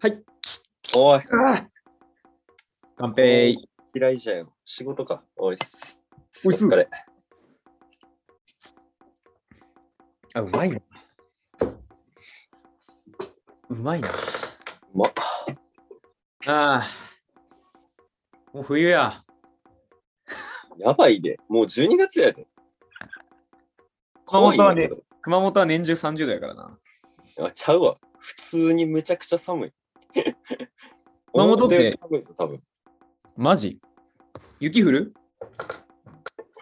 はい。おい、乾杯。嫌いじゃよ。仕事か。おいっす。おいっす疲れ。あ、うまいな。うまいな。うまっああ。もう冬や。やばいで。もう12月やで。熊本は怖いねんだけ熊本は年中30度やからな。ど。あ、ちゃうわ。普通にむちゃくちゃ寒 い。熊本って思より寒いぞ、多分。マジ雪降る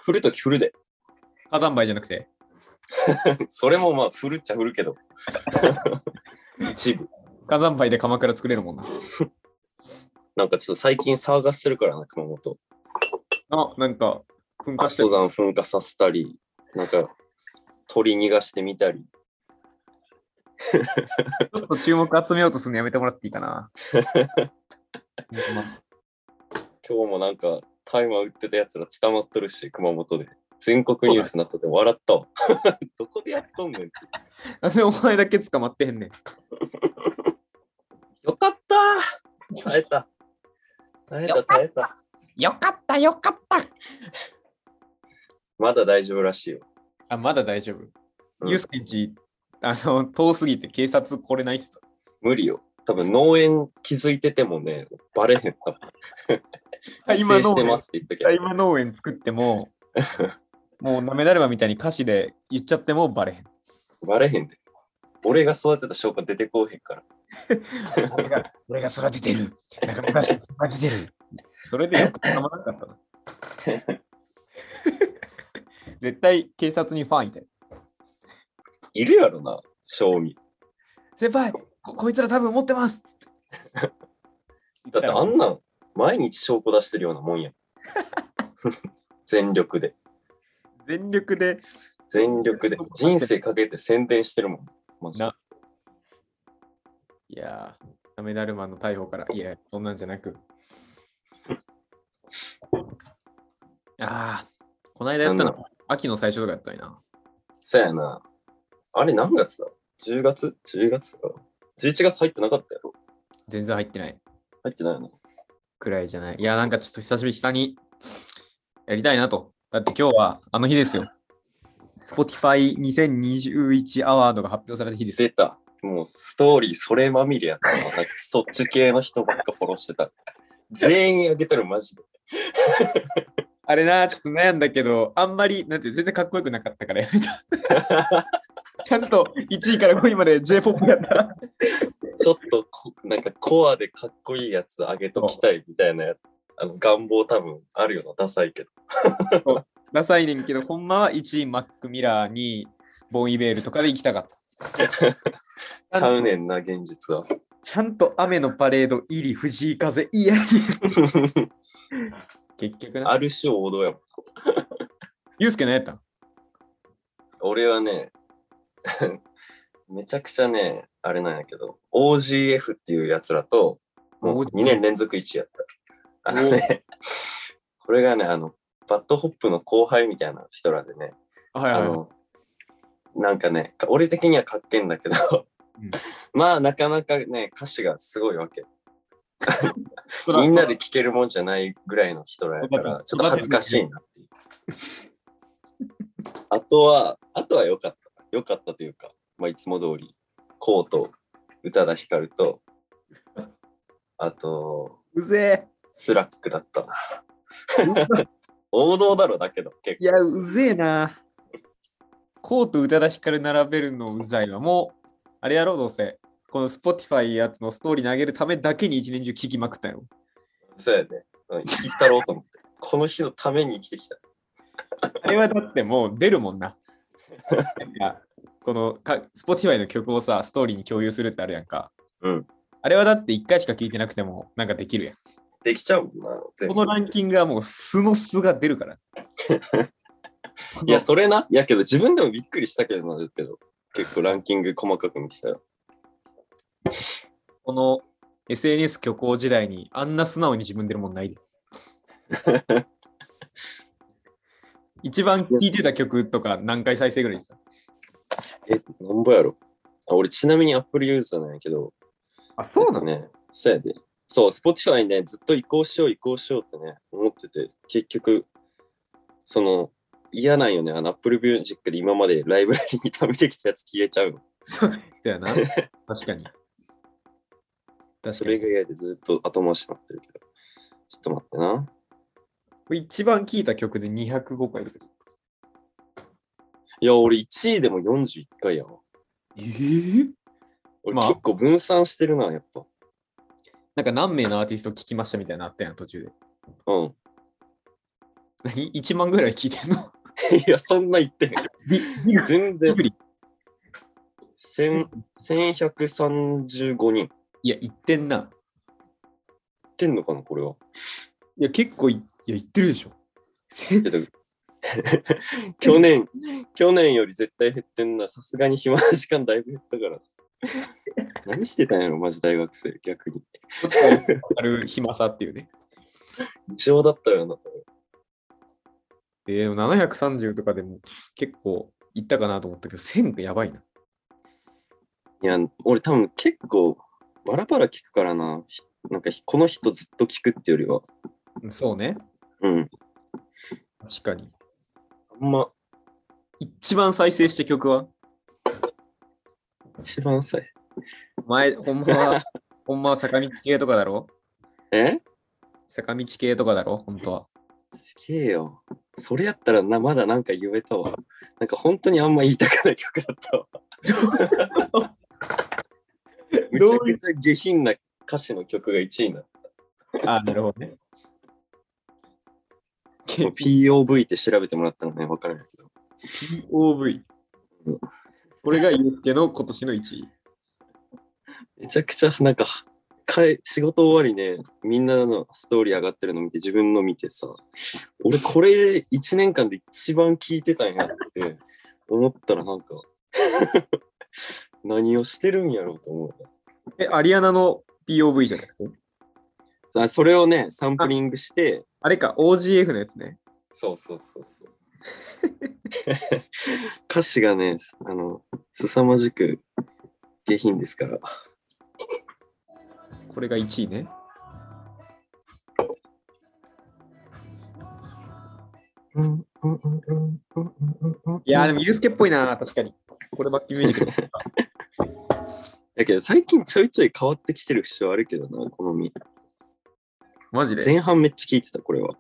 降るとき降るで。 火山灰じゃなくて。それもまあ降るっちゃ降るけど。 一部。火山灰で鎌倉作れるもんな。なんかちょっと最近騒がせてるからな、熊本。あ、なんか、噴火して登る。山噴火させたり、なんか鳥逃がしてみたり。ちょっと注目集めようとするのやめてもらっていいか な。ほんま今日もなんかタイマー打ってたやつら捕まっとるし、熊本で。全国ニュースになってて笑ったわ。 どこでやっとんねんって。なんでお前だけ捕まってへんねん。よかったー耐えた。耐えた耐えた。よかった、よかった。まだ大丈夫らしいよ。あ、まだ大丈夫。うんユースケんち、あの、遠すぎて警察来れないっす。無理よ。多分農園気づいててもね、バレへん。多分自今生してますって言っときゃ大。麻農園作っても、 もうなめだればみたいに歌詞で言っちゃってもバレへん。バレへんで。俺が育てた証拠出てこうへんから。俺が俺が育ててる。中村が育ててる。それでよく捕まらなかったな。絶対警察にファンいて。いるやろな、賞味。先輩こ、こいつら多分持ってますだってあんなん、毎日証拠出してるようなもん や。全力で。全力で。全力でそう。人生かけて宣伝してるもん。マジでな。いやー、なめだるまの逮捕から、いや、そんなんじゃな く。ああ、こないだやったなんの、秋の最初とかやったりな。そやな。あれ何月だ ?10 月 ?10 月か。11月入ってなかったやろ全然入ってない。入ってないよな。くらいじゃない。いや、なんかちょっと久しぶり、下にやりたいなと。だって今日はあの日ですよ。Spotify2021 アワードが発表された日です。出た。もうストーリーそれまみれやったわ。なんかそっち系の人ばっかフォローして た。全員あげてる、マジで。あれな、ちょっと悩んだけど、あんまり、なんていう全然かっこよくなかったからやめた。 ちゃんと1位から5位まで J-POP やった。ちょっとこなんかコアでかっこいいやつあげときたいみたいなやあの願望多分あるよな、ダサいけど。ダサいねんけど、ほんまは1位マック・ミラーにボン・イベールとかで行きたかった。 ちゃうねんな、現実 は。ちゃんと雨のパレード入り、藤井風、いやいや。結局あな。る種王道やもん。ユうスケ何やったん俺はね、 めちゃくちゃね、あれなんやけど、OGF っていうやつらと、もう OGF 2年連続1位やった。あのね、 これがね、あの、バッドホップの後輩みたいな人らでね、はいあはいはい。の、なんかね、俺的にはかっけえんだけど、うん まあなかなかね、歌詞がすごいわけ。そらみんなで聴けるもんじゃないぐらいの人らやから、ちょっと恥ずかしいなっていう。あとは、あとは良かった。良かったというか、まあ、いつも通り、コート、宇多田ヒカルと、あと、うぜスラックだったな。え。王道だろ、だけど、結いや、うぜえな。コート宇多田ヒカル並べるのうざいわ。もう、あれやろう、どうせ。この Spotify やつのストーリー投げるためだけに一年中聞きまくったよ。構、そうやね。うん生きたろうと思って。この日のために生きてきた。あれはだってもう出るもんな。なんかこのか Spotify の曲をさ、ストーリーに共有するってあるやんか。うん。あれはだって一回しか聞いてなくてもなんかできるやん。できちゃうもんな、全部このランキングはもう素の素が出るから。いや、それな。いやけど、自分でもびっくりしたけどな、だけど、結構ランキング細かく見てたよ。この SNS 虚構時代にあんな素直に自分出るもん ないで。一番聴いてた曲とか何回再生ぐらいですかえ、なんぼやろ。あ俺、ちなみに Apple ユーザーなんやけど、あ、そうなのね。そうやで。そう、Spotify にね、ずっと移行しよう移行しようってね、思ってて、結局、その、嫌なんよね。あの、Apple Music で今までライブラリに貯めてきたやつ消えちゃうの。そうやな。確かに。そ確かれにが。嫌でずっと後回しになってるけど。ちょっと待ってな。これ一番聴いた曲で205回とか。いや、俺1位でも41回やわ。ええ俺まあ結構分散してるな、やっぱ。なんか何名のアーティスト聴きましたみたいなのあったやん、途中で。うん。 何 ?1 万ぐらい聴いてんのいや、そんな言ってへん。びびっ全然くり。千1135人。いっいや、言ってんな。てんのかな、これは。いや、結構い、いや、言ってるでしょ。けど 去年、去年より絶対減ってんな。さすがに暇な時間だいぶ減ったから。何してたんやろ、マジ大学生、逆に。ある暇さっていうね。異常だったよな。えー、730とかでも結構いったかなと思ったけど、1000ってやばいな。いや、俺多分結構バラバラ聞くからな。ひなんかひこの人ずっと聞くってよりは。そうね。うん。確かに。あんま一番再生した曲は一番さえ。 前、ほんまは、ほんまは坂道系とかだろえ坂道系とかだろ本当は。すげえよ。それやったらな、まだなんか言えたわ。なんか本当にあんま言いたくない曲だったわ。むちゃくちゃ下品な歌詞の曲が1位になっあ、なるほどね。た。もう POV って調べてもらったのね、わからないけど。 KOV。これがユースケの今年の1位。めちゃくちゃなんか、かえ仕事終わりね、みんなのストーリー上がってるの見て、自分の見てさ、俺これ1年間で一番聞いてたんやって思ったらなんか、何をしてるんやろうと思う。え、アリアナの POV じゃなくてあそれをね、サンプリングして、あれか、OGF のやつね。そうそうそうそう。 歌詞がね、すあの、凄まじく下品ですから。これが1位ね。いやー、でもユースケっぽいな、確かに。これバッキーミュージッ ク。だけど最近ちょいちょい変わってきてる節はあるけどな、好み。マジで。前半めっちゃ聞いてた、これは。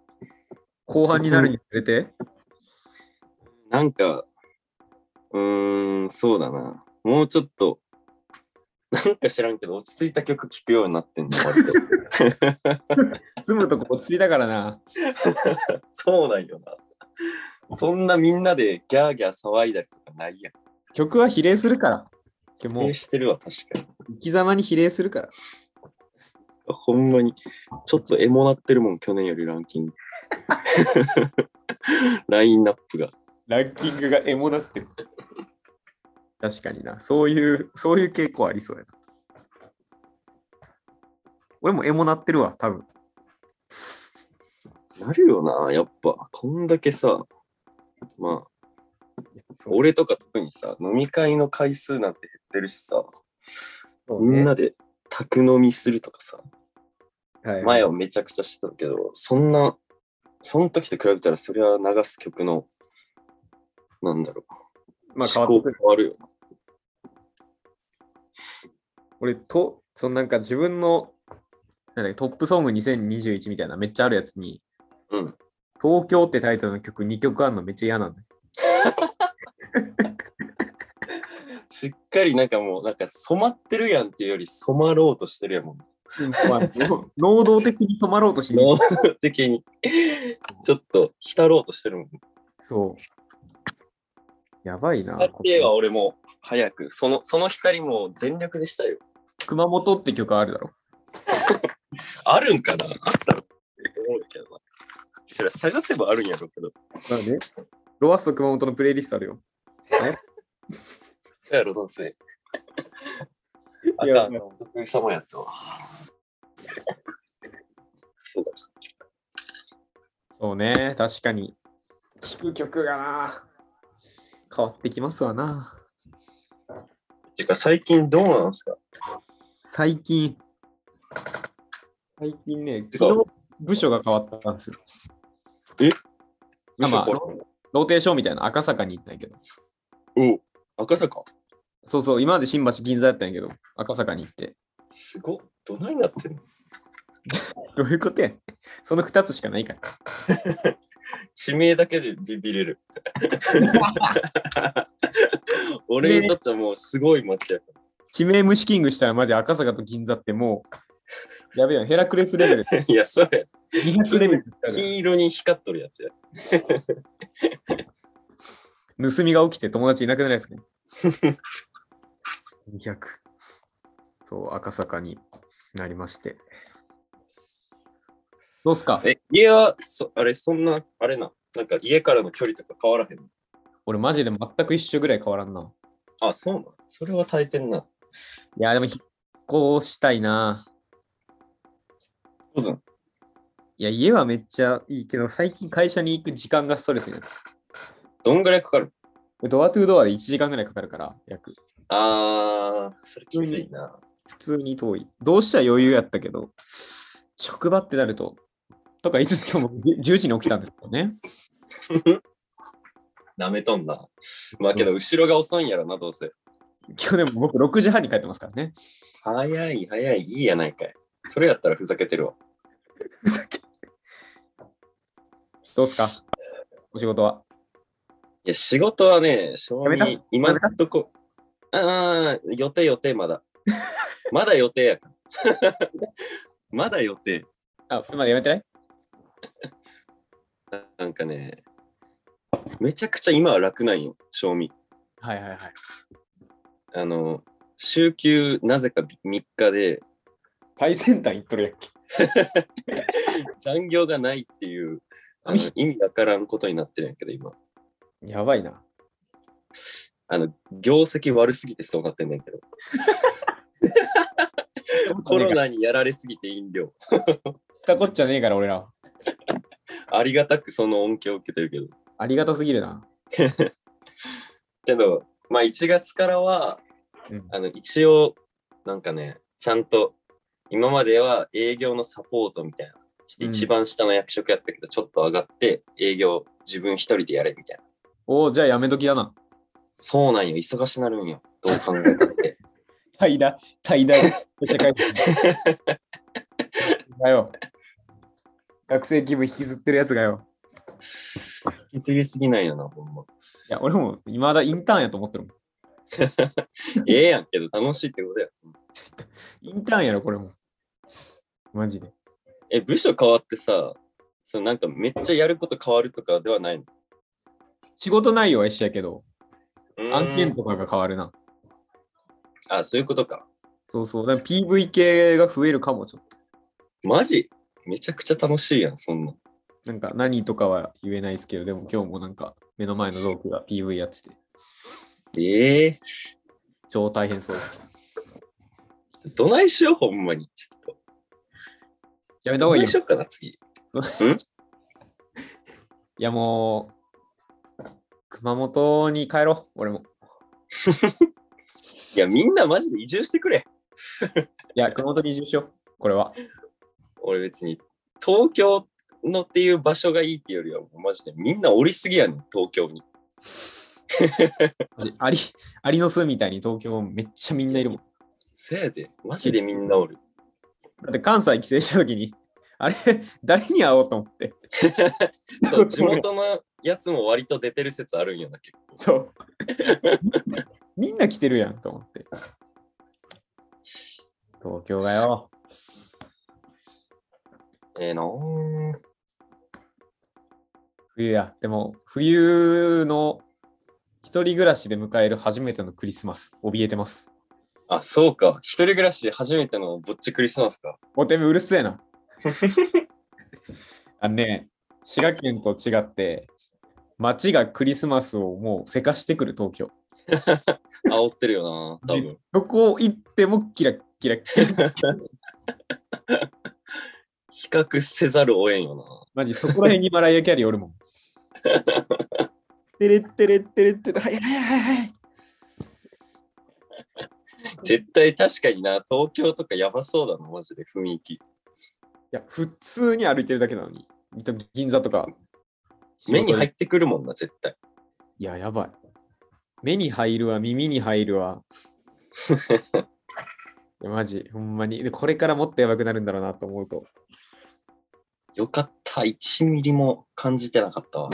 後半になるにつれて。なんか、うーん、そうだな。もうちょっと、なんか知らんけど、落ち着いた曲聴くようになってんの、割 と。住むとこ落ち着いたからな。そうなんよな。そんなみんなでギャーギャー騒いだりとかないやん。曲は比例するから。もうえしてるわ、確かに。生き様に比例するから。ほんまに、ちょっとエモなってるもん、去年よりランキング。 ラインナップが。ランキングがエモなってる。確かにな。そういう、そういう傾向ありそうやな。俺もエモなってるわ、多分。なるよな、やっぱ。こんだけさ、まあ、俺とか特にさ、飲み会の回数なんて減ってるしさ、そうねみんなで宅飲みするとかさ、はい前はめちゃくちゃしてたけど、そんな、その時と比べたら、それは流す曲の、なんだろう、まあ変わ思ってく考る変わるよな。俺と、そのなんか自分のなんだっけトップソング2021みたいなめっちゃあるやつに、うん。東京ってタイトルの曲2曲あるのめっちゃ嫌 なんだよ。しっかりなんかもう、なんか染まってるやんっていうより染まろうとしてるやんもん。まあの能動的に止まろうと しに能動的に、ちょっと浸ろうとしてるもん。そう。やばいな。だっこては俺も早く、その、その浸りも全力でしたよ。熊本って曲あるだろ。あるんかなあったの思うけどな。それは探せばあるんやろうけど。まあね、ロワッソ熊本のプレイリストあるよ。そやろ、どうせ。あいやかん、お得意様やったわ。そうだ。そうね、確かに。聴く曲がな。変わってきますわな。てか最近どうなんすか最近、最近ね、そう昨日部署が変わったんですよ。むしろまあこれローテーションみたいな赤坂に行ったんやけど。おう赤坂そうそう、今まで新橋銀座やったんやけど、赤坂に行って。すごっどないなってんのどういうことやんその2つしかないから。地名だけでビビ れる。俺にとってはもうすごい街やか地名虫キングしたらマジ赤坂と銀座ってもう、やべえよ、ヘラクレスレベ ル。 ら。いや、それ、 200レベルだか金色に光っとるやつや。ら盗みが起きて友達いなくなるやつね。200。そう、赤坂になりまして。どうっすかえ、家は、そあれ、そんな、あれな、なんか家からの距離とか変わらへんの俺マジで全く一緒ぐらい変わらんな。あ、そうなん。それは大変な。いや、でも引っ越したいな。小津いや、家はめっちゃいいけど、最近会社に行く時間がストレスになってどんぐらいかかるるドアトゥードアで1時間ぐらいかかるから、約。あー、それきついな。普通に遠い。どうしたら余裕やったけど、職場ってなると、とか言いつつ今日も10 10時に起きたんですよね。なめとんな。まあけど、後ろが遅いんやろな、どうせ。今日でも僕6時半に帰ってますからね。早い、早い、いいやないかい。それやったらふざけてるわ。どうすかお仕事は。いや、仕事はね、正やめ味、今んとこ、ああ、予定予定 まだ。まだ予定やから。 まだ予定。あ、まだやめてないなんかね、めちゃくちゃ今は楽なんよ、正味。はいはいはい。あの、週休なぜか3日で最先端行っとるやんけ。残業がないっていうあの意味わからんことになってるんやけど、今。やばいな。あの、業績悪すぎてそうなってんねんけど、コロナにやられすぎて飲料。したこっちゃねえから俺ら。ありがたくその恩恵を受けてるけど。ありがたすぎるな。けど、まあ1月からは、うんあの、一応、なんかね、ちゃんと、今までは営業のサポートみたいな、ちょっと一番下の役職やったけど、ちょっと上がって、営業自分一人でやれみたいな。おお、じゃあやめときだな。そうなんよ、忙しなるんよ、どう考えた って。怠惰、怠惰を社会人だよ。学生気分引きずってるやつがよ。引き継ぎすぎないよな、ほんま。いや、俺もいまだインターンやと思ってるもん。ええやんけど、楽しいってことや。インターンやろ、これも。マジで。え、部署変わってさ、そのなんかめっちゃやること変わるとかではないの仕事内容は一緒やけど、うーん案件とかが変わるな。あ、そういうことか。そうそう。だから PV 系が増えるかも、ちょっと。マジめちゃくちゃ楽しいやん、そんな。なんか何とかは言えないですけど、でも今日もなんか目の前の同期が PV やってて、ええ超大変そうですけど。どないしよう、ほんまに。ちょっと。やめたど方がいいないよし。ようかな、次。いやもう、熊本に帰ろう、俺も。いや、みんなマジで移住してくれ。いや、熊本に移住しよう、これは。俺別に、東京のっていう場所がいいっていうよりは、もうマジでみんな降りすぎやねん、東京に。マジアリ、アリの巣みたいに東京めっちゃみんないるもん。せやで、マジでみんな 降る。だって関西帰省した時に、あれ、誰に会おうと思 って。そう、地元のやつも割と出てる説あるんやな、結構。そう。みんな来てるやんと思って。東京がよ。ええなぁ。冬や。でも、冬の一人暮らしで迎える初めてのクリスマス。怯えてます。あ、そうか。一人暮らしで初めてのぼっちクリスマスか。おてめえうるせえ な。あのね、滋賀県と違って、街がクリスマスをもうせかしてくる東京。煽ってるよな、多分。どこ行ってもキラッキラッキラ。比較せざるを得んよマジそこら辺にマライア・キャリーおるもん。てれってれってれってれ、はいはいはいはい。な。絶対確かにな、東京とかやばそうだな、マジで雰囲気。や、普通に歩いてるだけなのに。銀座とか。目に入っってくるもんな、絶対。いや、やばい。目に入るわ、耳に入るわ。いやマジ、ほんまに。で、これからもっとやばくなるんだろうなと思うと。よかった、1ミリも感じてなかったわ。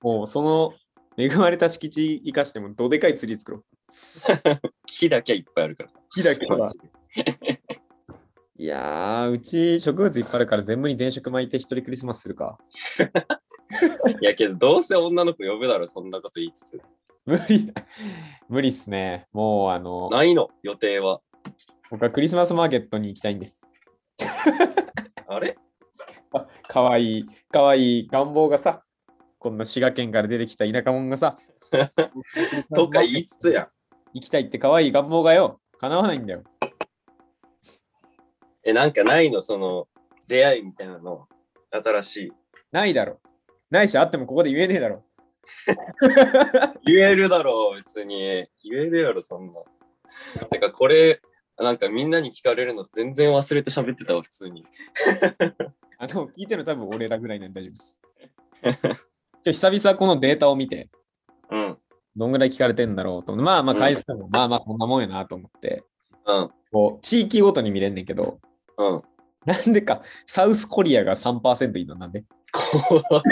もう、その恵まれた敷地生かしても、どでかい釣り作ろう。木だけはいっぱいあるから。木だけはマ。ジでいやー、うち植物いっぱいあるから全部に電飾巻いて一人クリスマスするか。いやけど、どうせ女の子呼ぶだろ、そんなこと言いつつ。無理、無理っすね。もう、あの、ないの、予定は。僕はクリスマスマーケットに行きたいんです。あれ、あ かわいい、かわいい願望がさ、こんな滋賀県から出てきた田舎者がさとか言いつつやん。行きたいってかわいい願望がよ、叶わないんだよ。え、なんかないの、その、出会いみたいなの、新しい。ないだろ。ないし、あってもここで言えねえだろ。言えるだろう、別に。言えるやろ、そんな。てか、これ、なんかみんなに聞かれるの全然忘れて喋ってたわ、普通に。あの、聞いてるの多分俺らぐらいなんで大丈夫です。 ちょ久々このデータを見て、うん。どんぐらい聞かれてんだろうと思ってまあまあうん回数も、まあまあこんなもんやなと思って、うん。こう、地域ごとに見れんねんけど、うん。なんでか、サウスコリアが3%いいの なんで怖っ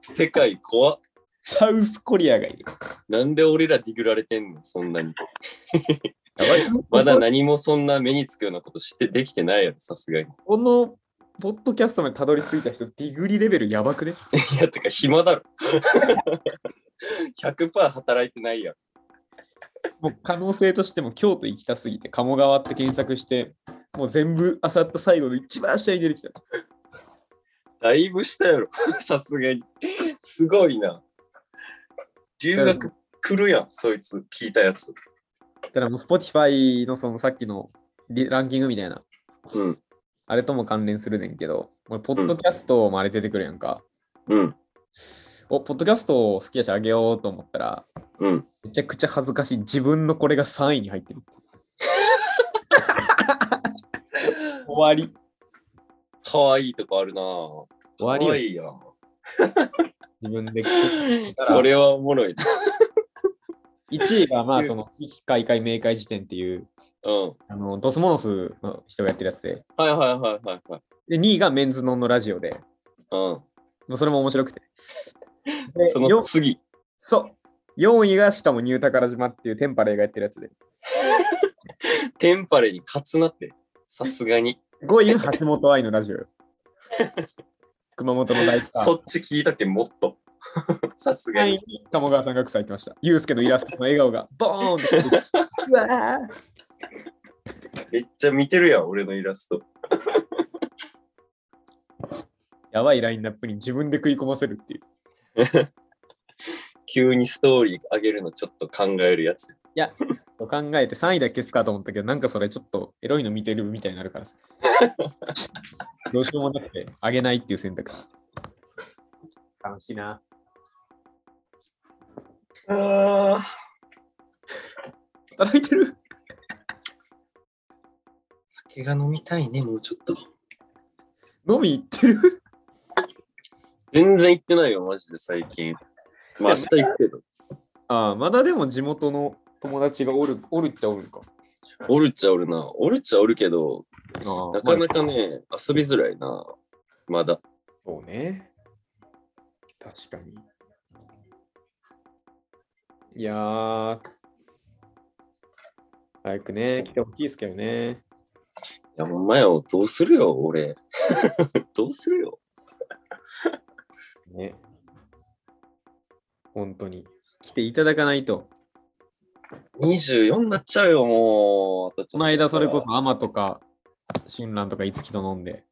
世界怖っサウスコリアがいる。なんで俺らディグられてんのそんなに。やばいまだ何もそんな目につくようなことしてできてないやろ、さすがに。い このポッドキャストまでたどり着いた人、ディグリレベルやばくねや、てか暇だろ。100%働いてないやろ。もう可能性としても京都行きたすぎて、鴨川って検索して、もう全部あさった最後の一番下に出てきた。だいぶしたやろ、 さすがに。すごいな。留学来るやん、そいつ、聞いたやつ。だからもう Spotify のそのさっきのリランキングみたいな、うん。あれとも関連するねんけど、俺、ポッドキャストもあれ出てくるやんか。うん。お、ポッドキャスト好きやしあげようと思ったら、うん。めちゃくちゃ恥ずかしい。自分のこれが3位に入って る。終わり。かわいいとこあるなぁ。かわりよわいいやん。自分で。それはおもろいな。 1位がまあ、その、非開会明快辞典っていう、うん。あの、ドスモノスの人がやってるやつで、はいはいはいはいはい。で2位がメンズノンのラジオで、うもうそれも面白くて。ん。でそのよ次。そう。4位がしかもニュータカラ島っていうテンパレーがやってるやつで。テンパレに勝つなって。さすがに。 5位が橋本愛のラジオ よ。熊本の大スタそー。っち聞いたってもっと。 さすが3位に。に鴨川さんが草行ってました。ユうスケのイラストの笑顔がボーンって出てきて。うわーめっちゃ見てるやん、俺のイラスト。やばいラインナップに自分で食い込ませるっていう。い急にストーリー上げるのちょっと考えるやつ。や、考えて3位だけ消すかと思ったけど、なんかそれちょっとエロいの見てるみたいになる からさ。どうしようもなくて、あげないっていう選択。楽しいな。あ働いてる酒が飲みたいね、もうちょっと。飲み行ってる全然行ってないよ、マジで最近。まあ明日行くけど。ああ、まだでも地元の友達がおる、おるっちゃおるんか。おるっちゃおるな。おるっちゃおるけど、あなかなかね、遊びづらいな。まだ。そうね。確かに。いやー、早くね、来てほしいですけどね。いや、ほんまよ。どうするよ、俺。 どうするよ。ね。本当に。来ていただかないと。 24になっちゃうよ、もう。この間、それこそ、アマとか、春蘭とか、いつきと飲んで、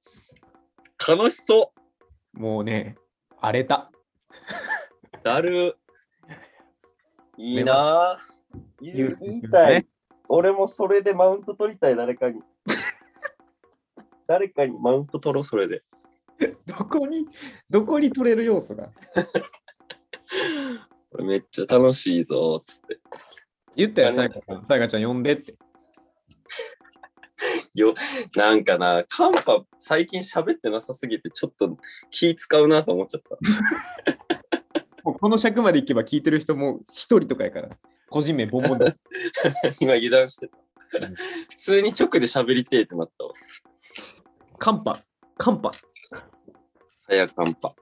そ。楽しそもうね、荒れた。う。だる。いいなぁ。言ユーうス言いですたいね。。俺もそれでマウント取りたい、誰かに。 誰かにマウント取ろう、それで。どこに、どこに取れる要素が。俺めっちゃ楽しいぞ、つって。言ったよ、あさなやんかかさん。さやかちゃん呼んでって。なんかな、カンパ最近喋ってなさすぎて、ちょっと気使うなと思っちゃった。もうこの尺まで行けば聞いてる人も一人とかやから。個人名ボンボン だ。 今油断してたうん。普通に直で喋りてえってなったわ。カンパ。カンパ。さやカンパ。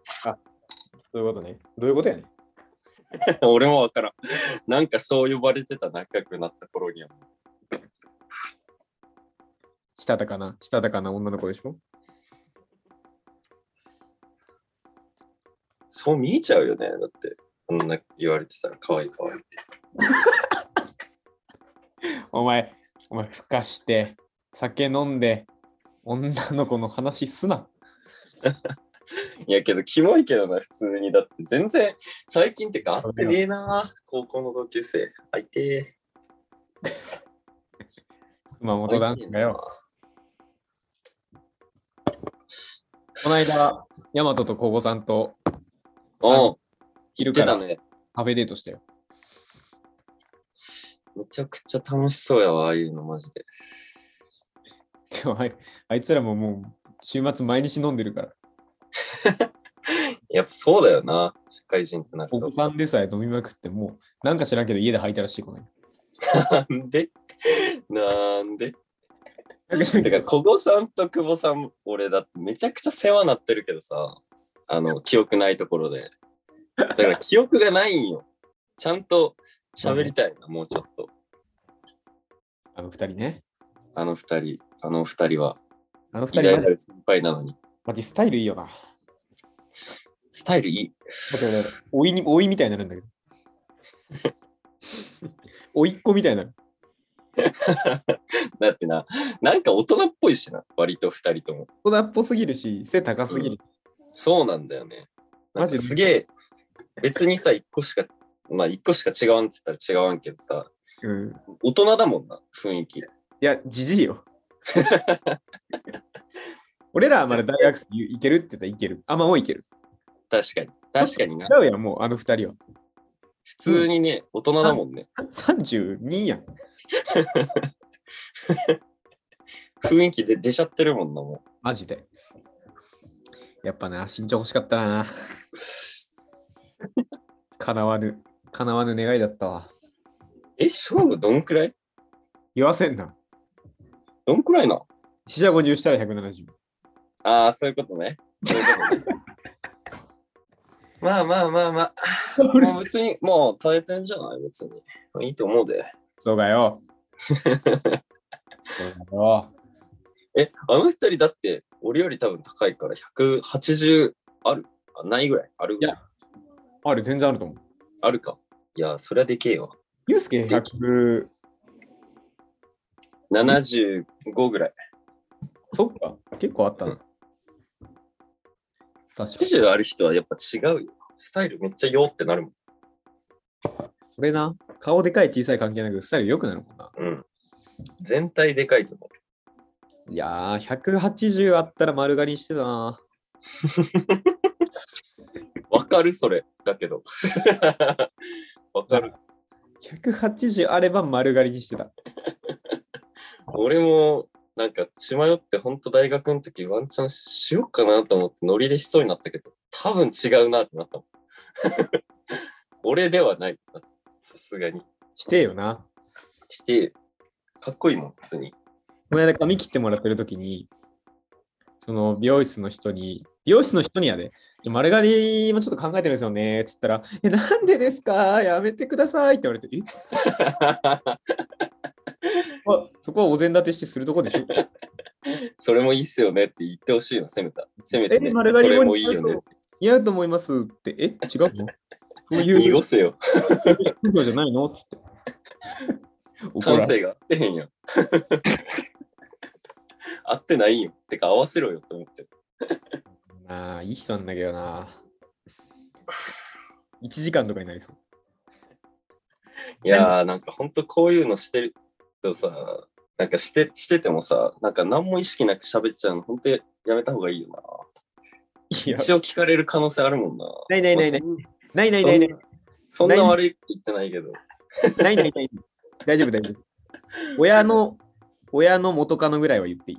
どういうことね。どういうことやねん。俺もわからん。なんかそう呼ばれてた仲良くなった頃には。したたかな、したたかな女の子でしょそう見えちゃうよね。だって、あんな言われてたら可愛い可愛いって。お前、お前、ふかして、酒飲んで、女の子の話すな。いやけど、キモいけどな、普通に。だって全然、最近ってか会ってねえな。高校の同級生。相手。熊本男子がよ。この間、ヤマトとコウゴさんとおうん。昼言っかてらたね。カフェデートしたよ。めちゃくちゃ楽しそうやわ、ああいうのマジで。でもあいあいつらももう週末毎日飲んでるから。やっぱそうだよな。社会人ってなるおと子。さんでさえ飲みまくってもうなんか知らんけど家で吐いたらしいこない。なんで なんでなん か知らんてけどか、小五さんと久保さん、俺だってめちゃくちゃ世話なってるけどさ、あの、記憶ないところで。だから記憶がないんよ。ちゃんと喋りたいな、もうちょっと。あの二人ね。あの二人、あの二人は、あの二人偉大マなジる先輩なのに。マジスタイルいいよな。スタイルいい。だから老いに老いみたいになるん だけど。おいっ子みたいになる。だってな、なんか大人っぽいしな、割と二人とも。大人っぽすぎるし、背高すぎる。そうなんだよね。マなんかジですげえ、別にさ、一個しか、まあ一個しか違うんって言ったら違うんけどさ、うん。い大人だもんな、雰囲気。や、じじい よ。俺らはまだ大学生いいけるって言ったらいける。あ、まあもういける。確かに。確かになち。ゃうやん、もうあの二人は。 普通にね、大人だもんね。 32やん。雰囲気で出ちゃってるもんな、もマジで。やっぱな、身長欲しかったな。 叶わぬ、叶わぬ願いだったわ。う。え、勝負どんくらい言わせんな。どんくらいな四捨五入したら170。ああ、そういうことね。そういうことね まあまあまあまあ。もう別に、もう耐えてんじゃない別に。いいと思うで。そうだよ。そうだよ。え、あの二人だって、俺より多分高いから180あるあないぐらいあるいやあれ、全然あると思う。あるか。いや、そりゃでけえわ。ユうスケで100、 75ぐらい。そっか、結構あったな。確かに。 80ある人はやっぱ違うよ。スタイルめっちゃよってなるもん。それな、顔でかい小さい関係なく、スタイル良くなるもんな。うん。全体でかいと思う。いやー、180あったら丸刈りにしてたな。わかるそれ。だけど。 わかる。 180あれば丸刈りにしてた。俺も、なんか、血迷って、ほんと大学の時、ワンチャンしようかなと思って、ノリでしそうになったけど、多分違うなってなったもん。 俺ではないってなった。さすがに。してよな。して、かっこいいもん、普通に。この間髪切ってもらってる時に、その美容室の人に、美容室の人にやで、丸刈りもちょっと考えてるんですよね、つったら、え、なんでですかやめてくださいって言われて、えあそこはお膳立てしてするとこでしょ それもいいっすよねって言ってほしいの、せめた。せめて、ね、え丸刈そりもれもいいよね。似合うと思いますって、え違うのそう いう濁せよ。授業じゃないのつって。怒ら感ん性が合ってへん やん。合ってないよ。てか、合わせろよって思って。なあ、いい人なんだけどな。1時間とかになりそう。いやーなんかほんとこういうのしてるとさ、なんかしてしててもさ、なんか何も意識なく喋っちゃうの、ほんとやめた方がいいよいな。や一応聞かれる可能性あるもんな。ないないないない。ないないないない。そんなそんな悪いって言ってないけど。ないないない。大丈夫、大丈夫。親の、親の元カノぐらいは言っていい。